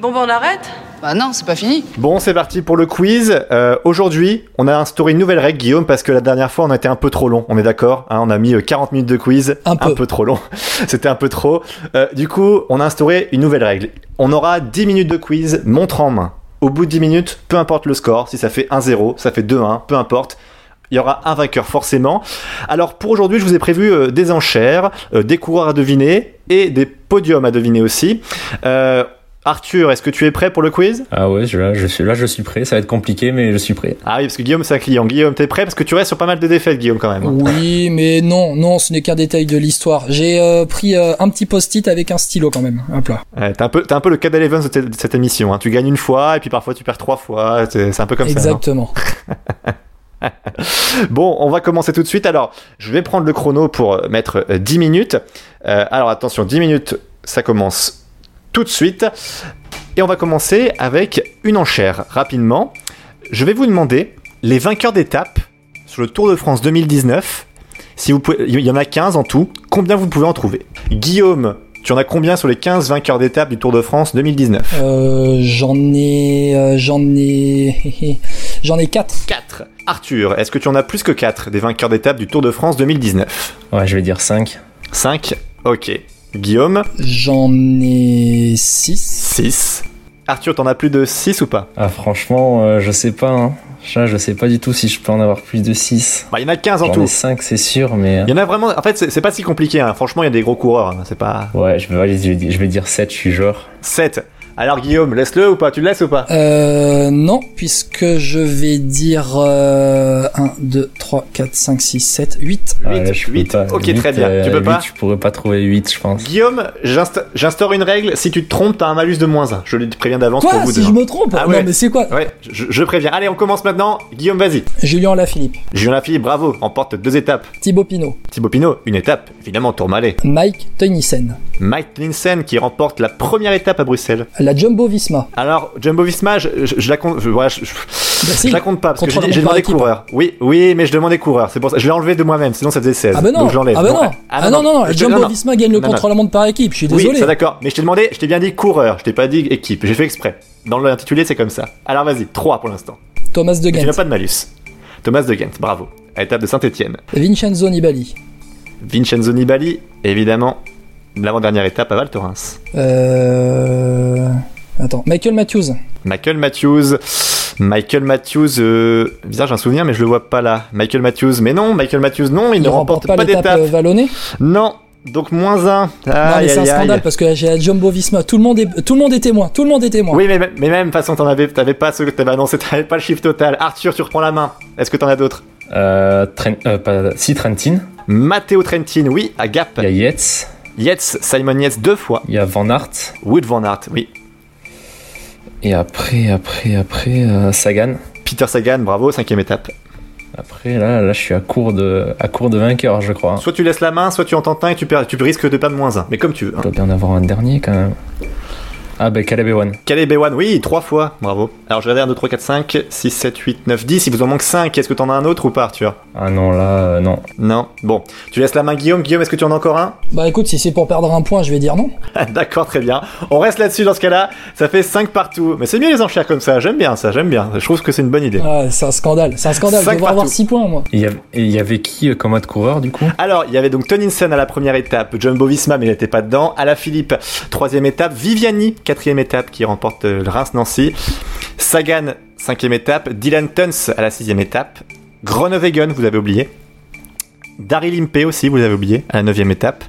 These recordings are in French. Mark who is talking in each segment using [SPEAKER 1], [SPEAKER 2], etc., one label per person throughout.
[SPEAKER 1] Bon, ben on arrête
[SPEAKER 2] Bah non, c'est pas fini.
[SPEAKER 3] Bon, c'est parti pour le quiz. Euh, Aujourd'hui, on a instauré une nouvelle règle, Guillaume, parce que la dernière fois, on a été un peu trop long. On est d'accord hein, On a mis euh, 40 minutes de quiz.
[SPEAKER 4] Un peu.
[SPEAKER 3] trop long. C'était un peu trop. Euh, du coup, on a instauré une nouvelle règle. On aura 10 minutes de quiz, montre en main. Au bout de 10 minutes, peu importe le score, si ça fait 1-0, ça fait 2-1, peu importe. Il y aura un vainqueur forcément. Alors pour aujourd'hui, je vous ai prévu euh, des enchères, euh, des coureurs à deviner et des podiums à deviner aussi. Euh, Arthur, est-ce que tu es prêt pour le quiz
[SPEAKER 5] Ah ouais, je, là, je suis, là, je suis prêt. Ça va être compliqué, mais je suis prêt.
[SPEAKER 3] Ah oui, parce que Guillaume, c'est un client. Guillaume, t'es prêt Parce que tu restes sur pas mal de défaites, Guillaume, quand même.
[SPEAKER 4] Oui, mais non, non, ce n'est qu'un détail de l'histoire. J'ai euh, pris euh, un petit post-it avec un stylo quand même. Hop là.
[SPEAKER 3] Ouais, t'es, un peu, t'es un peu le Cadel Evans de, t- de cette émission. hein. Tu gagnes une fois, et puis parfois tu perds trois fois. C'est, c'est un peu comme ça.
[SPEAKER 4] Exactement.
[SPEAKER 3] hein. Bon, on va commencer tout de suite. Alors, je vais prendre le chrono pour euh, mettre euh, 10 minutes. Euh, alors, attention, 10 minutes, ça commence tout de suite. Et on va commencer avec une enchère, rapidement. Je vais vous demander les vainqueurs d'étape sur le Tour de France 2019. Si vous pouvez, il y en a 15 en tout. Combien vous pouvez en trouver Guillaume, tu en as combien sur les 15 vainqueurs d'étape du Tour de France 2019
[SPEAKER 4] Euh, j'en ai, euh, j'en ai, j'en ai quatre.
[SPEAKER 3] 4. Arthur, est-ce que tu en as plus que 4 des vainqueurs d'étape du Tour de France 2019
[SPEAKER 5] Ouais, je vais dire 5.
[SPEAKER 3] 5. Ok. Guillaume,
[SPEAKER 4] J'en ai six.
[SPEAKER 3] 6. Arthur, t'en as plus de 6 ou pas
[SPEAKER 5] Ah, franchement, euh, je sais pas. Hein. Là, je sais pas du tout si je peux en avoir plus de 6.
[SPEAKER 3] Bah, il y en a 15 en
[SPEAKER 5] J'en ai
[SPEAKER 3] tout.
[SPEAKER 5] 5, c'est sûr, mais. hein.
[SPEAKER 3] Il y en a vraiment. En fait, c'est c'est pas si compliqué. hein. Franchement, il y a des gros coureurs. hein. C'est pas.
[SPEAKER 5] Ouais, je vais, allez, je vais dire- je vais dire 7, je suis genre.
[SPEAKER 3] 7. Alors, Guillaume, laisse-le ou pas Tu le laisses ou pas
[SPEAKER 4] Euh, non, puisque je vais dire euh, 1, 2, 3, 4, 5, 6, 7, 8.
[SPEAKER 5] Ah,
[SPEAKER 3] Huit,
[SPEAKER 5] là, je peux
[SPEAKER 3] huit.
[SPEAKER 5] pas.
[SPEAKER 3] Ok,
[SPEAKER 5] Huit,
[SPEAKER 3] très bien.
[SPEAKER 5] euh,
[SPEAKER 3] Tu peux
[SPEAKER 5] huit,
[SPEAKER 3] pas
[SPEAKER 5] Je pourrais pas trouver 8, je pense.
[SPEAKER 3] Guillaume, j'insta- j'instaure une règle. Si tu te trompes, t'as un malus de moins 1. Je le préviens d'avance pour
[SPEAKER 4] Quoi
[SPEAKER 3] vous
[SPEAKER 4] Si
[SPEAKER 3] deux,
[SPEAKER 4] je
[SPEAKER 3] hein.
[SPEAKER 4] me trompe
[SPEAKER 3] Ah ouais.
[SPEAKER 4] Non, mais c'est quoi
[SPEAKER 3] Ouais, je, je préviens. Allez, on commence maintenant. Guillaume, vas-y.
[SPEAKER 4] Julien Lafilippe,
[SPEAKER 3] Julien Lafilippe, bravo. Emporte deux étapes.
[SPEAKER 4] Thibaut Pinot,
[SPEAKER 3] Thibaut Pinot, une étape. Évidemment, Tourmalet.
[SPEAKER 4] Mike Teunissen,
[SPEAKER 3] Mike Linsen qui remporte la première étape à Bruxelles.
[SPEAKER 4] la Jumbo Visma.
[SPEAKER 3] Alors, Jumbo Visma, je, je- je la compte. Je, ouais, je- je-
[SPEAKER 4] Bah, si.
[SPEAKER 3] je la compte pas parce que
[SPEAKER 4] Contrôle
[SPEAKER 3] j'ai j'ai
[SPEAKER 4] par
[SPEAKER 3] demandé
[SPEAKER 4] équipe.
[SPEAKER 3] coureurs. Oui, oui, mais je demandais coureurs. C'est pour ça. Je l'ai enlevé de moi-même, sinon ça faisait 16.
[SPEAKER 4] hein. Ah bah non,
[SPEAKER 3] donc je l'enlève.
[SPEAKER 4] ah bah non,
[SPEAKER 3] ouais.
[SPEAKER 4] ah non, non, non, la
[SPEAKER 3] Je-
[SPEAKER 4] Jumbo Visma gagne le
[SPEAKER 3] Non, non.
[SPEAKER 4] contre la montre par équipe, je suis
[SPEAKER 3] Oui,
[SPEAKER 4] désolé.
[SPEAKER 3] ça d'accord. Mais je t'ai demandé, je t'ai bien dit coureur, je t'ai pas dit équipe. J'ai fait exprès. Dans l'intitulé, c'est comme ça. Alors vas-y, 3 pour l'instant.
[SPEAKER 4] Thomas De
[SPEAKER 3] Et Tu n'as
[SPEAKER 4] Gent,
[SPEAKER 3] pas de malus. Thomas de Ghent, bravo. À étape de Saint-Etienne.
[SPEAKER 4] Vincenzo Nibali,
[SPEAKER 3] Vincenzo Nibali, évidemment, l'avant-dernière étape à Val Thorens.
[SPEAKER 4] euh... Attends, Michael Matthews,
[SPEAKER 3] Michael Matthews. Michael Matthews, euh, bizarre, j'ai un souvenir, mais je le vois pas là. Michael Matthews, mais non, Michael Matthews, non, il,
[SPEAKER 4] il
[SPEAKER 3] ne remporte pas,
[SPEAKER 4] l'étape
[SPEAKER 3] d'étape.
[SPEAKER 4] euh, vallonnée
[SPEAKER 3] Non, donc moins un.
[SPEAKER 4] Non
[SPEAKER 3] Aïe,
[SPEAKER 4] mais c'est un
[SPEAKER 3] aïe, aïe.
[SPEAKER 4] scandale parce que j'ai la Jumbo Visma, tout le monde est, tout le monde est témoin, tout le monde est témoin.
[SPEAKER 3] Oui, mais, mais même, de toute façon, t'en avais, t'avais pas ce que t'avais annoncé, t'avais pas le chiffre total. Arthur, tu reprends la main. Est-ce que t'en as d'autres
[SPEAKER 5] Euh, Tren- euh, pas- si, Trentin.
[SPEAKER 3] Matteo Trentin, oui, à Gap.
[SPEAKER 5] Il y a Yates.
[SPEAKER 3] Yates, Simon Yates, deux fois.
[SPEAKER 5] Il y a Van Aert.
[SPEAKER 3] Wood Van Aert, oui.
[SPEAKER 5] Et après, après, après, euh, Sagan.
[SPEAKER 3] Peter Sagan, bravo, cinquième étape.
[SPEAKER 5] Après, là, là, je suis à court de, à court de vainqueur, je
[SPEAKER 4] Ah.
[SPEAKER 5] crois.
[SPEAKER 3] Soit tu laisses la main, soit tu entends un et tu, perds, tu risques de perdre moins un. Mais comme tu veux. hein.
[SPEAKER 5] Je dois bien en avoir un dernier quand même. Ah, ben Caleb Ewan.
[SPEAKER 3] Calais Bewan, oui, trois fois, bravo. Alors je regarde 1, 2, 3, 4, 5, 6, 7, 8, 9, 10. Il vous en manque 5. Est-ce que t'en as un autre ou pas, Arthur
[SPEAKER 5] Ah non, là, euh, non.
[SPEAKER 3] Non. Bon, tu laisses la main, Guillaume. Guillaume, est-ce que tu en as encore un
[SPEAKER 4] Bah écoute, si c'est pour perdre un point, je vais dire non.
[SPEAKER 3] D'accord, très bien. On reste là-dessus dans ce cas-là. Ça fait 5 partout. Mais c'est mieux les enchères comme ça. J'aime bien ça, j'aime bien. Je trouve que c'est une bonne idée.
[SPEAKER 4] Ah, c'est un scandale, c'est un scandale, je
[SPEAKER 3] Cinq
[SPEAKER 4] devrais avoir
[SPEAKER 3] partout.
[SPEAKER 4] 6 points moi.
[SPEAKER 5] Il y, avait, et il y avait qui euh, comme autre coureur du coup
[SPEAKER 3] Alors, il y avait donc Toninsen à la première étape, Jumbo Visma, mais il n'était pas dedans. Ala Philippe, troisième étape. Viviani, quatrième étape, qui remporte euh, le Reims-Nancy. Sagan, cinquième étape. Dylan Tuns à la sixième étape. Groenewegen, vous avez oublié. Daryl Impey aussi, vous avez oublié, à la neuvième étape.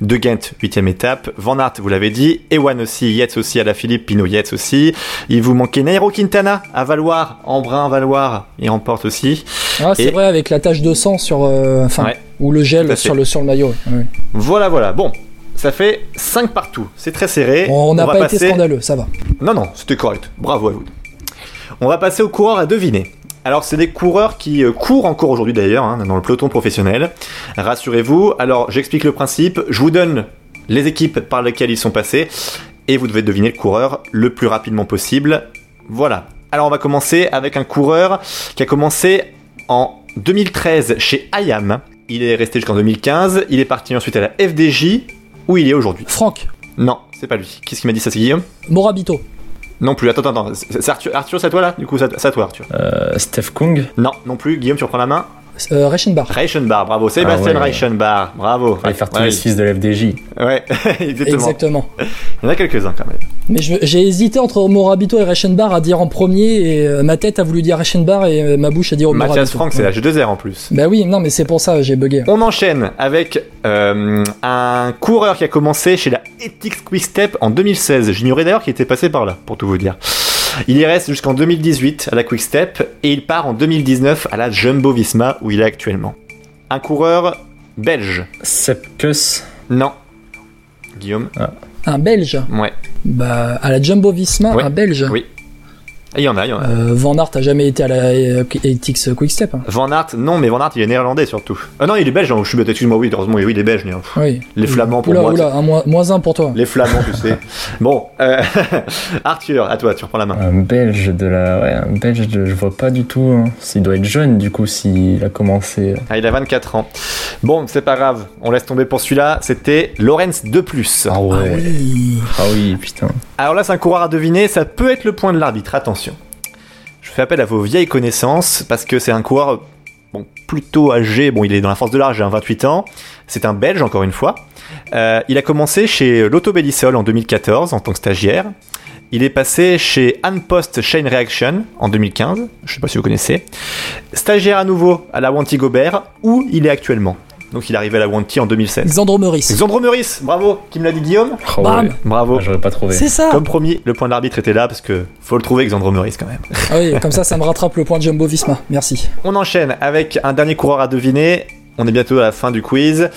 [SPEAKER 3] De Ghent, huitième étape. Van Aert, vous l'avez dit. Ewan aussi, Yates aussi, à la Philippe, Pinot Yates aussi. Il vous manquait Nairo Quintana à Valoir, Embrun, Valoir, il remporte aussi.
[SPEAKER 4] Ah c'est
[SPEAKER 3] Et-
[SPEAKER 4] vrai avec la tache de sang sur, euh, enfin,
[SPEAKER 3] Ouais.
[SPEAKER 4] ou le
[SPEAKER 3] Tout à
[SPEAKER 4] gel
[SPEAKER 3] fait.
[SPEAKER 4] sur le sur le maillot. ouais, ouais.
[SPEAKER 3] Voilà, voilà. Bon, ça fait 5 partout. C'est très serré.
[SPEAKER 4] On n'a
[SPEAKER 3] va
[SPEAKER 4] pas été
[SPEAKER 3] passer-
[SPEAKER 4] scandaleux, ça va.
[SPEAKER 3] Non, non, c'était correct. Bravo à vous. On va passer aux coureurs à deviner. Alors, c'est des coureurs qui euh, courent encore aujourd'hui d'ailleurs, hein, dans le peloton professionnel. Rassurez-vous. Alors, j'explique le principe. Je vous donne les équipes par lesquelles ils sont passés. Et vous devez deviner le coureur le plus rapidement possible. Voilà. Alors, on va commencer avec un coureur qui a commencé en 2013 chez IAM. Il est resté jusqu'en 2015. Il est parti ensuite à la FDJ, où il est aujourd'hui.
[SPEAKER 4] Franck,
[SPEAKER 3] Non, c'est pas lui. Qu'est-ce qui m'a dit ça, c'est Guillaume
[SPEAKER 4] Morabito,
[SPEAKER 3] Non plus, attends, attends, attends. C'est- c'est Arthur, Arthur, c'est à toi là Du coup, c'est à- c'est à toi, Arthur.
[SPEAKER 5] Euh, Steph Kung.
[SPEAKER 3] Non, non plus. Guillaume, tu reprends la main.
[SPEAKER 4] Euh, Reichenbach.
[SPEAKER 3] Reichenbach, bravo. Sébastien
[SPEAKER 5] Ah ouais.
[SPEAKER 3] Reichenbach, bravo.
[SPEAKER 5] On va faire tous
[SPEAKER 3] Ouais,
[SPEAKER 5] les fils de l'FDJ.
[SPEAKER 3] Ouais, exactement.
[SPEAKER 4] Exactement.
[SPEAKER 3] Il y en a quelques-uns quand même.
[SPEAKER 4] Mais je- j'ai hésité entre Morabito et Reichenbach à dire en premier et euh, ma tête a voulu dire Reichenbach et euh, ma bouche a dit Morabito.
[SPEAKER 3] Mathias Franck, c'est l'H2R en plus.
[SPEAKER 4] Bah oui, non mais c'est pour ça, j'ai bugué.
[SPEAKER 3] On enchaîne avec euh, un coureur qui a commencé chez la Ethics Quick Step en 2016. J'ignorais d'ailleurs qu'il était passé par là, pour tout vous dire. Il y reste jusqu'en 2018 à la Quick Step et il part en 2019 à la Jumbo Visma où il est actuellement. Un coureur belge.
[SPEAKER 5] Sepkus.
[SPEAKER 3] Non. Guillaume
[SPEAKER 4] Un Belge.
[SPEAKER 3] Ouais.
[SPEAKER 4] Bah à la Jumbo Visma,
[SPEAKER 3] Oui.
[SPEAKER 4] un Belge.
[SPEAKER 3] Oui. Il y en a, il y en a.
[SPEAKER 4] Euh, Van Aert a jamais été à la euh, Ethics Quick Step. hein.
[SPEAKER 3] Van Aert, non, mais Van Aert, il est néerlandais surtout. Ah non, il est belge, hein, je suis bête, excuse-moi, oui, heureusement, oui, il est belge. néerlandais.
[SPEAKER 4] Oui.
[SPEAKER 3] Les Flamands pour
[SPEAKER 4] oula,
[SPEAKER 3] moi,
[SPEAKER 4] Oula, un moins, moins un pour toi.
[SPEAKER 3] Les flamands, tu sais. Bon, euh, Arthur, à toi, tu reprends la main.
[SPEAKER 5] Un belge de la. Ouais, un belge de. Je vois pas du tout. hein. Il doit être jeune du coup s'il a commencé. euh.
[SPEAKER 3] Ah, il a 24 ans. Bon, c'est pas grave, on laisse tomber pour celui-là. C'était Lorenz de plus.
[SPEAKER 5] Ah
[SPEAKER 4] Ah
[SPEAKER 5] ouais.
[SPEAKER 4] oui.
[SPEAKER 5] Ah oui, putain.
[SPEAKER 3] Alors là, c'est un coureur à deviner, ça peut être le point de l'arbitre, attention. Je fais appel à vos vieilles connaissances parce que c'est un coureur bon, plutôt âgé, bon, il est dans la force de l'âge, hein, 28 ans. C'est un Belge, encore une fois. Euh, il a commencé chez Lotto Bellisol en 2014 en tant que stagiaire. Il est passé chez Anpost Chain Reaction en 2015, je sais pas si vous connaissez. Stagiaire à nouveau à la Wanty Gobert, où il est actuellement. Donc il est arrivé à la Wanty en 2016.
[SPEAKER 4] Xandro Meurice.
[SPEAKER 3] Xandro Meurice, bravo, qui me l'a dit Guillaume
[SPEAKER 5] Ah
[SPEAKER 4] Bam.
[SPEAKER 5] ouais.
[SPEAKER 3] Bravo.
[SPEAKER 5] Ah, J'aurais pas trouvé.
[SPEAKER 4] C'est ça.
[SPEAKER 3] Comme promis, le point de l'arbitre était là parce que faut le trouver, Xandro Meurice quand même.
[SPEAKER 4] Ah oui, comme ça, ça me rattrape le point de Jumbo Visma. Merci.
[SPEAKER 3] On enchaîne avec un dernier coureur à deviner. On est bientôt à la fin du quiz.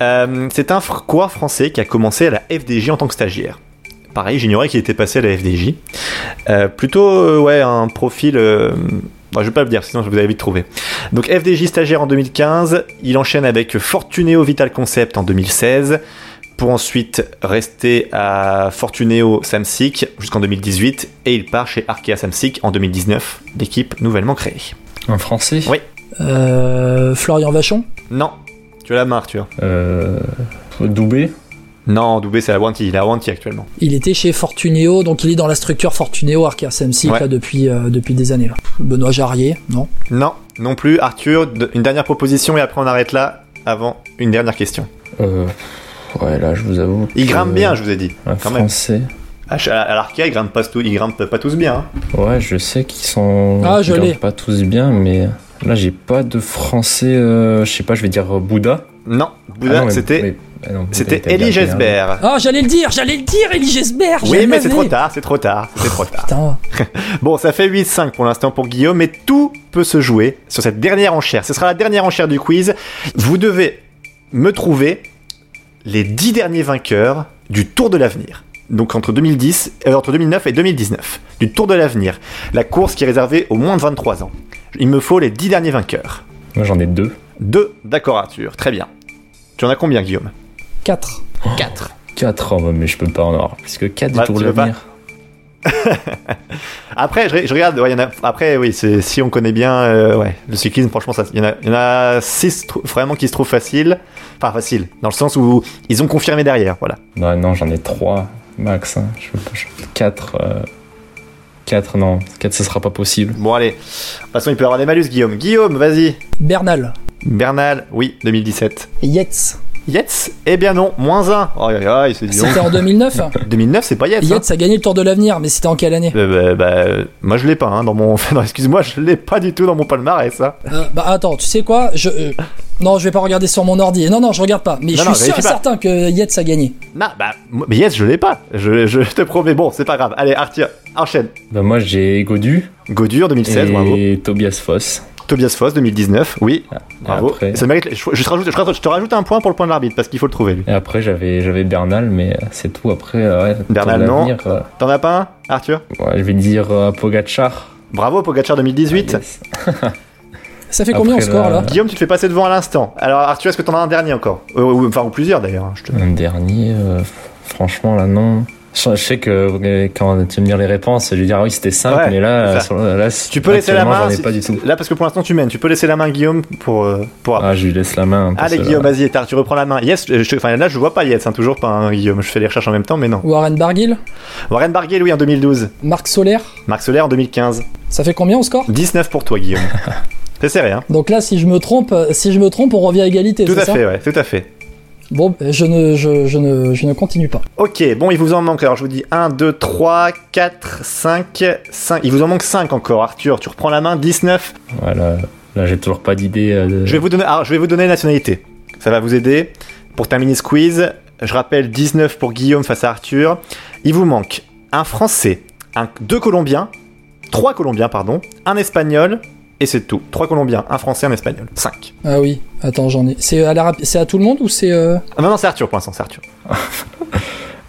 [SPEAKER 3] Euh, c'est un fr- coureur français qui a commencé à la FDJ en tant que stagiaire. Pareil, j'ignorais qu'il était passé à la FDJ. Euh, plutôt, euh, ouais, un profil. euh, bon, je vais pas le dire, sinon vous allez vite trouver. Donc FDJ stagiaire en 2015. Il enchaîne avec Fortuneo Vital Concept en 2016. Pour ensuite rester à Fortuneo Samsic jusqu'en 2018. Et il part chez Arkea Samsic en 2019, l'équipe nouvellement créée.
[SPEAKER 5] Un français
[SPEAKER 3] Ouais.
[SPEAKER 4] Euh, Florian Vachon.
[SPEAKER 3] Non. Tu as la main, Arthur.
[SPEAKER 5] Euh. Doubé.
[SPEAKER 3] Non, Doubé, c'est la Wanty. Il est à Wanty actuellement.
[SPEAKER 4] Il était chez Fortuneo, donc il est dans la structure Fortuneo Arkea Samsic
[SPEAKER 3] Ouais.
[SPEAKER 4] là, depuis, euh, depuis des années. Là. Benoît Jarrier, non
[SPEAKER 3] Non, non plus. Arthur, de- une dernière proposition et après on arrête là avant une dernière question.
[SPEAKER 5] Euh. Ouais, là, je vous avoue.
[SPEAKER 3] Il
[SPEAKER 5] que-
[SPEAKER 3] grimpe bien, je vous ai dit.
[SPEAKER 5] Un
[SPEAKER 3] quand même.
[SPEAKER 5] français.
[SPEAKER 3] À, ch- à l'Arkea, ils grimpent pas, tous- ils grimpent pas tous bien. hein.
[SPEAKER 5] Ouais, je sais qu'ils sont.
[SPEAKER 4] Ah, je
[SPEAKER 5] ils
[SPEAKER 4] l'ai.
[SPEAKER 5] grimpent Pas tous bien, mais. Là, j'ai pas de français. euh, Je sais pas, je vais dire euh, Bouddha.
[SPEAKER 3] Non,
[SPEAKER 5] Ah
[SPEAKER 3] Bouddha,
[SPEAKER 5] non, mais-
[SPEAKER 3] c'était
[SPEAKER 5] mais- ah non, Bouddha,
[SPEAKER 3] c'était
[SPEAKER 5] il t'a
[SPEAKER 3] Elie
[SPEAKER 5] bien fait, hein.
[SPEAKER 3] Gesbert.
[SPEAKER 4] Ah, j'allais le dire, j'allais le dire, Elie Gesbert
[SPEAKER 3] Oui,
[SPEAKER 4] je
[SPEAKER 3] mais c'est
[SPEAKER 4] l'avais.
[SPEAKER 3] trop tard, c'est trop tard, c'est trop tard.
[SPEAKER 4] Putain,
[SPEAKER 3] Bon, ça fait 8-5 pour l'instant pour Guillaume, mais tout peut se jouer sur cette dernière enchère. Ce sera la dernière enchère du quiz. Vous devez me trouver les 10 derniers vainqueurs du Tour de l'avenir. Donc entre, 2010, euh, entre 2009 et 2019, du Tour de l'avenir. La course qui est réservée aux moins de 23 ans. Il me faut les 10 derniers vainqueurs.
[SPEAKER 5] Moi, j'en ai deux.
[SPEAKER 3] Deux, d'accord Arthur, très bien. Tu en as combien Guillaume
[SPEAKER 4] 4.
[SPEAKER 3] 4.
[SPEAKER 5] Quatre hommes, mais je peux pas en avoir plus que quatre
[SPEAKER 3] Bah,
[SPEAKER 5] du tour
[SPEAKER 3] tu
[SPEAKER 5] de
[SPEAKER 3] peux pas.
[SPEAKER 5] l'avenir.
[SPEAKER 3] Après, je, je regarde, ouais, il y en a, après, oui, c'est- si on connaît bien euh, ouais, le cyclisme, franchement, ça- il y en a- il y, en a six trou- vraiment qui se trouvent faciles. Enfin, faciles, dans le sens où ils ont confirmé derrière, voilà.
[SPEAKER 5] Bah, non, j'en ai trois max. hein. Je peux pas. je- Quatre. euh, Quatre, non. Quatre, ce sera pas possible.
[SPEAKER 3] Bon, allez. De toute façon, il peut y avoir des malus, Guillaume. Guillaume, vas-y.
[SPEAKER 4] Bernal.
[SPEAKER 3] Bernal, oui, 2017.
[SPEAKER 4] Yates.
[SPEAKER 3] Yetz Eh bien non, moins un. Oh, aïe, aïe, c'est
[SPEAKER 4] C'était en 2009 hein.
[SPEAKER 3] 2009, c'est pas Yetz. hein.
[SPEAKER 4] Yates a gagné le Tour de l'avenir, mais c'était en quelle année
[SPEAKER 3] Euh, bah, bah, euh, moi je l'ai pas hein, dans mon non, excuse-moi je l'ai pas du tout dans mon palmarès hein.
[SPEAKER 4] Euh, Bah attends, tu sais quoi je, euh, Non, je vais pas regarder sur mon ordi. Non, non, je regarde pas.
[SPEAKER 3] Non,
[SPEAKER 4] Mais je suis
[SPEAKER 3] non,
[SPEAKER 4] sûr et
[SPEAKER 3] vérifie pas.
[SPEAKER 4] certain que Yates a gagné.
[SPEAKER 3] non bah moi- mais yes je l'ai pas je, je te promets bon c'est pas grave allez Arthur enchaîne
[SPEAKER 5] Bah, moi, j'ai Godu.
[SPEAKER 3] Godur 2016 bravo
[SPEAKER 5] et Tobias Foss.
[SPEAKER 3] Tobias Foss 2019, oui, bravo.
[SPEAKER 5] Ah, après-
[SPEAKER 3] Ça mérite, je, je te rajoute, je, te- je te rajoute un point pour le point de l'arbitre parce qu'il faut le trouver lui.
[SPEAKER 5] Et après, j'avais, j'avais Bernal, mais euh, c'est tout. Après, euh, ouais,
[SPEAKER 3] Bernal,
[SPEAKER 5] pour
[SPEAKER 3] non.
[SPEAKER 5] l'avenir, euh,
[SPEAKER 3] T'en as pas un, Arthur
[SPEAKER 5] ouais, je vais dire euh, Pogacar.
[SPEAKER 3] Bravo Pogacar 2018.
[SPEAKER 5] Ah, yes.
[SPEAKER 4] Ça fait combien au
[SPEAKER 5] Après,
[SPEAKER 4] score
[SPEAKER 5] là-
[SPEAKER 4] là
[SPEAKER 3] Guillaume, tu te fais passer devant à l'instant. Alors Arthur, est-ce que t'en as un dernier encore Euh, ou- Enfin, ou plusieurs d'ailleurs. hein, je te-
[SPEAKER 5] Un dernier, euh, franchement, là, non. Je je sais que euh, quand tu vas me dire les réponses, je vais dire ah oui c'était simple,
[SPEAKER 3] Ouais,
[SPEAKER 5] mais là,
[SPEAKER 3] c'est
[SPEAKER 5] euh,
[SPEAKER 3] ça.
[SPEAKER 5] sur- là c-
[SPEAKER 3] Tu peux laisser la
[SPEAKER 5] actuellement,
[SPEAKER 3] main.
[SPEAKER 5] J'en ai
[SPEAKER 3] si-
[SPEAKER 5] pas du tout.
[SPEAKER 3] Là, parce que pour l'instant, tu mènes. Tu peux laisser la main, Guillaume, pour. euh, pour...
[SPEAKER 5] Ah, je lui laisse la main. un peu,
[SPEAKER 3] Allez,
[SPEAKER 5] celle-là.
[SPEAKER 3] Guillaume, vas-y, Etard, tu reprends la main. Yes, je- je- enfin, là, je vois pas Yes, hein, toujours pas, hein, Guillaume. Je fais les recherches en même temps, mais non.
[SPEAKER 4] Warren Barguil,
[SPEAKER 3] Warren Barguil, oui, en 2012.
[SPEAKER 4] Marc Solaire,
[SPEAKER 3] Marc Soler en 2015.
[SPEAKER 4] ça fait combien au score
[SPEAKER 3] 19 pour toi, Guillaume. c'est serré, hein
[SPEAKER 4] Donc là, si je me trompe, euh, si je me trompe, on revient à égalité,
[SPEAKER 3] Tout
[SPEAKER 4] c'est
[SPEAKER 3] à
[SPEAKER 4] ça
[SPEAKER 3] fait, ouais, tout à fait.
[SPEAKER 4] Bon, euh, je ne, je, je ne, je ne continue pas.
[SPEAKER 3] Ok, bon, il vous en manque. Alors, je vous dis 1, 2, 3, 4, 5, 5. Il vous en manque 5 encore, Arthur. Tu reprends la main, 19.
[SPEAKER 5] Voilà. Là, j'ai toujours pas d'idée. euh, de-
[SPEAKER 3] Je vais vous donner, alors, je vais vous donner la nationalité. Ça va vous aider. Pour ta mini squeeze, je rappelle 19 pour Guillaume face à Arthur. Il vous manque un Français, un, deux Colombiens, trois Colombiens, pardon, un Espagnol, et c'est tout. Trois Colombiens, un Français, un Espagnol. 5.
[SPEAKER 4] Ah oui, attends, j'en ai. C'est à, la rap- c'est à tout le monde ou c'est. euh,
[SPEAKER 3] Ah, non, non, c'est Arthur pour l'instant, c'est Arthur.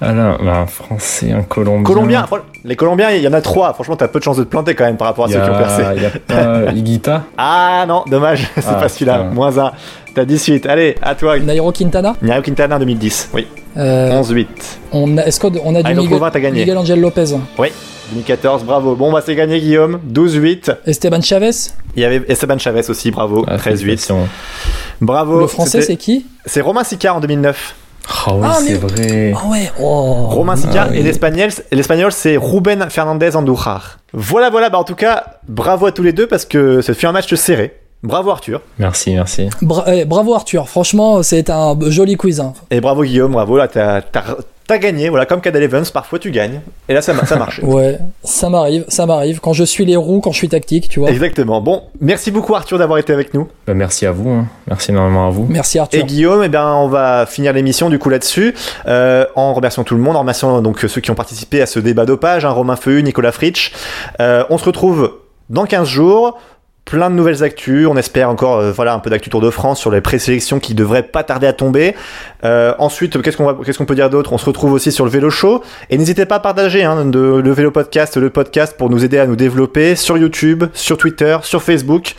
[SPEAKER 5] Ah là, bah, un Français, un Colombien.
[SPEAKER 3] Colombiens, fran- les Colombiens, il y en a trois. Franchement, t'as peu de chances de te planter quand même par rapport à
[SPEAKER 5] Il y
[SPEAKER 3] ceux Oh, qui ont percé.
[SPEAKER 5] a, il y a pas euh, Higuita.
[SPEAKER 3] Ah non, dommage, c'est
[SPEAKER 5] Ah,
[SPEAKER 3] pas celui-là.
[SPEAKER 5] putain.
[SPEAKER 3] Moins 1. T'as 18. Allez, à toi.
[SPEAKER 4] Nairo Quintana
[SPEAKER 3] Nairo Quintana 2010. Oui.
[SPEAKER 4] Euh,
[SPEAKER 3] 11-8.
[SPEAKER 4] on a- Est-ce qu'on on a
[SPEAKER 3] Ah,
[SPEAKER 4] du
[SPEAKER 3] ils ont
[SPEAKER 4] Miguel,
[SPEAKER 3] prouvé, t'as gagné.
[SPEAKER 4] Miguel Angel Lopez
[SPEAKER 3] 2014, bravo. Bon, bah c'est gagné, Guillaume. 12-8.
[SPEAKER 4] Esteban Chavez
[SPEAKER 3] Il y avait Esteban Chavez aussi, bravo.
[SPEAKER 5] Ah,
[SPEAKER 3] 13-8.
[SPEAKER 5] félicitations.
[SPEAKER 3] Bravo.
[SPEAKER 4] Le français,
[SPEAKER 3] Oh, C'était-
[SPEAKER 4] c'est qui
[SPEAKER 3] C'est Romain Sicard en 2009.
[SPEAKER 5] Ah oui,
[SPEAKER 4] Ah, mais-
[SPEAKER 5] c'est vrai.
[SPEAKER 4] Ah ouais oh.
[SPEAKER 3] Romain Sicard
[SPEAKER 5] Ah, oui.
[SPEAKER 3] et l'espagnol, l'espagnol c'est Ruben Fernandez Andújar. Voilà, voilà. Bah en tout cas, bravo à tous les deux parce que ce fut un match serré. Bravo Arthur.
[SPEAKER 5] Merci, merci.
[SPEAKER 4] Bra- eh, Bravo Arthur, franchement, c'est un joli quiz. hein.
[SPEAKER 3] Et bravo Guillaume, bravo. Là, t'as, t'as- t'as gagné. Voilà, comme Cadel Evans, parfois tu gagnes. Et là, ça, mar- ça marche.
[SPEAKER 4] Ouais, ça m'arrive, ça m'arrive. Quand je suis les roues, quand je suis tactique, tu vois.
[SPEAKER 3] Exactement. Bon, merci beaucoup Arthur d'avoir été avec nous.
[SPEAKER 5] Bah, merci à vous. hein. Merci énormément à vous.
[SPEAKER 4] Merci Arthur.
[SPEAKER 3] Et Guillaume, eh bien, on va finir l'émission du coup là-dessus euh, en remerciant tout le monde, en remerciant donc ceux qui ont participé à ce débat dopage, hein, Romain Feu, Nicolas Fritsch. Euh, on se retrouve dans 15 jours. Plein de nouvelles actus, on espère encore euh, voilà un peu d'actu Tour de France sur les présélections qui devraient pas tarder à tomber. Euh, ensuite, qu'est-ce qu'on va- qu'est-ce qu'on peut dire d'autre On se retrouve aussi sur le vélo show et n'hésitez pas à partager hein, de- le vélo podcast, le podcast pour nous aider à nous développer sur YouTube, sur Twitter, sur Facebook.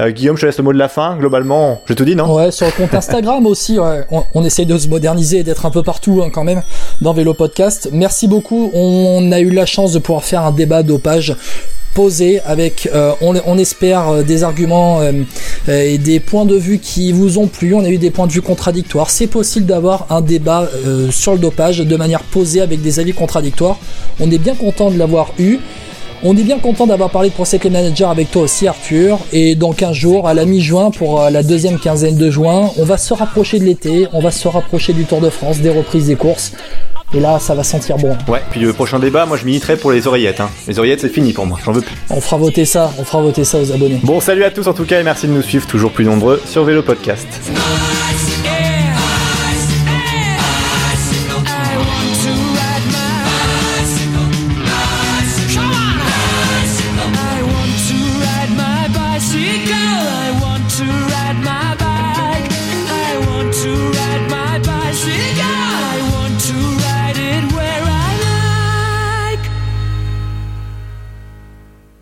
[SPEAKER 3] Euh, Guillaume, je te laisse le mot de la fin. Globalement, je te dis non
[SPEAKER 4] Ouais, sur le compte Instagram aussi, ouais. on, on essaye de se moderniser et d'être un peu partout hein, quand même dans Vélo Podcast. Merci beaucoup, on a eu la chance de pouvoir faire un débat dopage posé avec, euh, on, on espère, euh, des arguments euh, euh, et des points de vue qui vous ont plu. On a eu des points de vue contradictoires. C'est possible d'avoir un débat euh, sur le dopage de manière posée avec des avis contradictoires. On est bien content de l'avoir eu. On est bien content d'avoir parlé de Procycle Manager avec toi aussi Arthur et dans 15 jours à la mi-juin pour euh, la deuxième quinzaine de juin on va se rapprocher de l'été, on va se rapprocher du Tour de France, des reprises des courses et là ça va sentir bon.
[SPEAKER 3] Ouais, puis le prochain débat, moi je militerai pour les oreillettes. Hein. Les oreillettes, c'est fini pour moi, j'en veux plus.
[SPEAKER 4] On fera voter ça, on fera voter ça aux abonnés.
[SPEAKER 3] Bon, salut à tous en tout cas et merci de nous suivre toujours plus nombreux sur Vélo Podcast.
[SPEAKER 1] Thank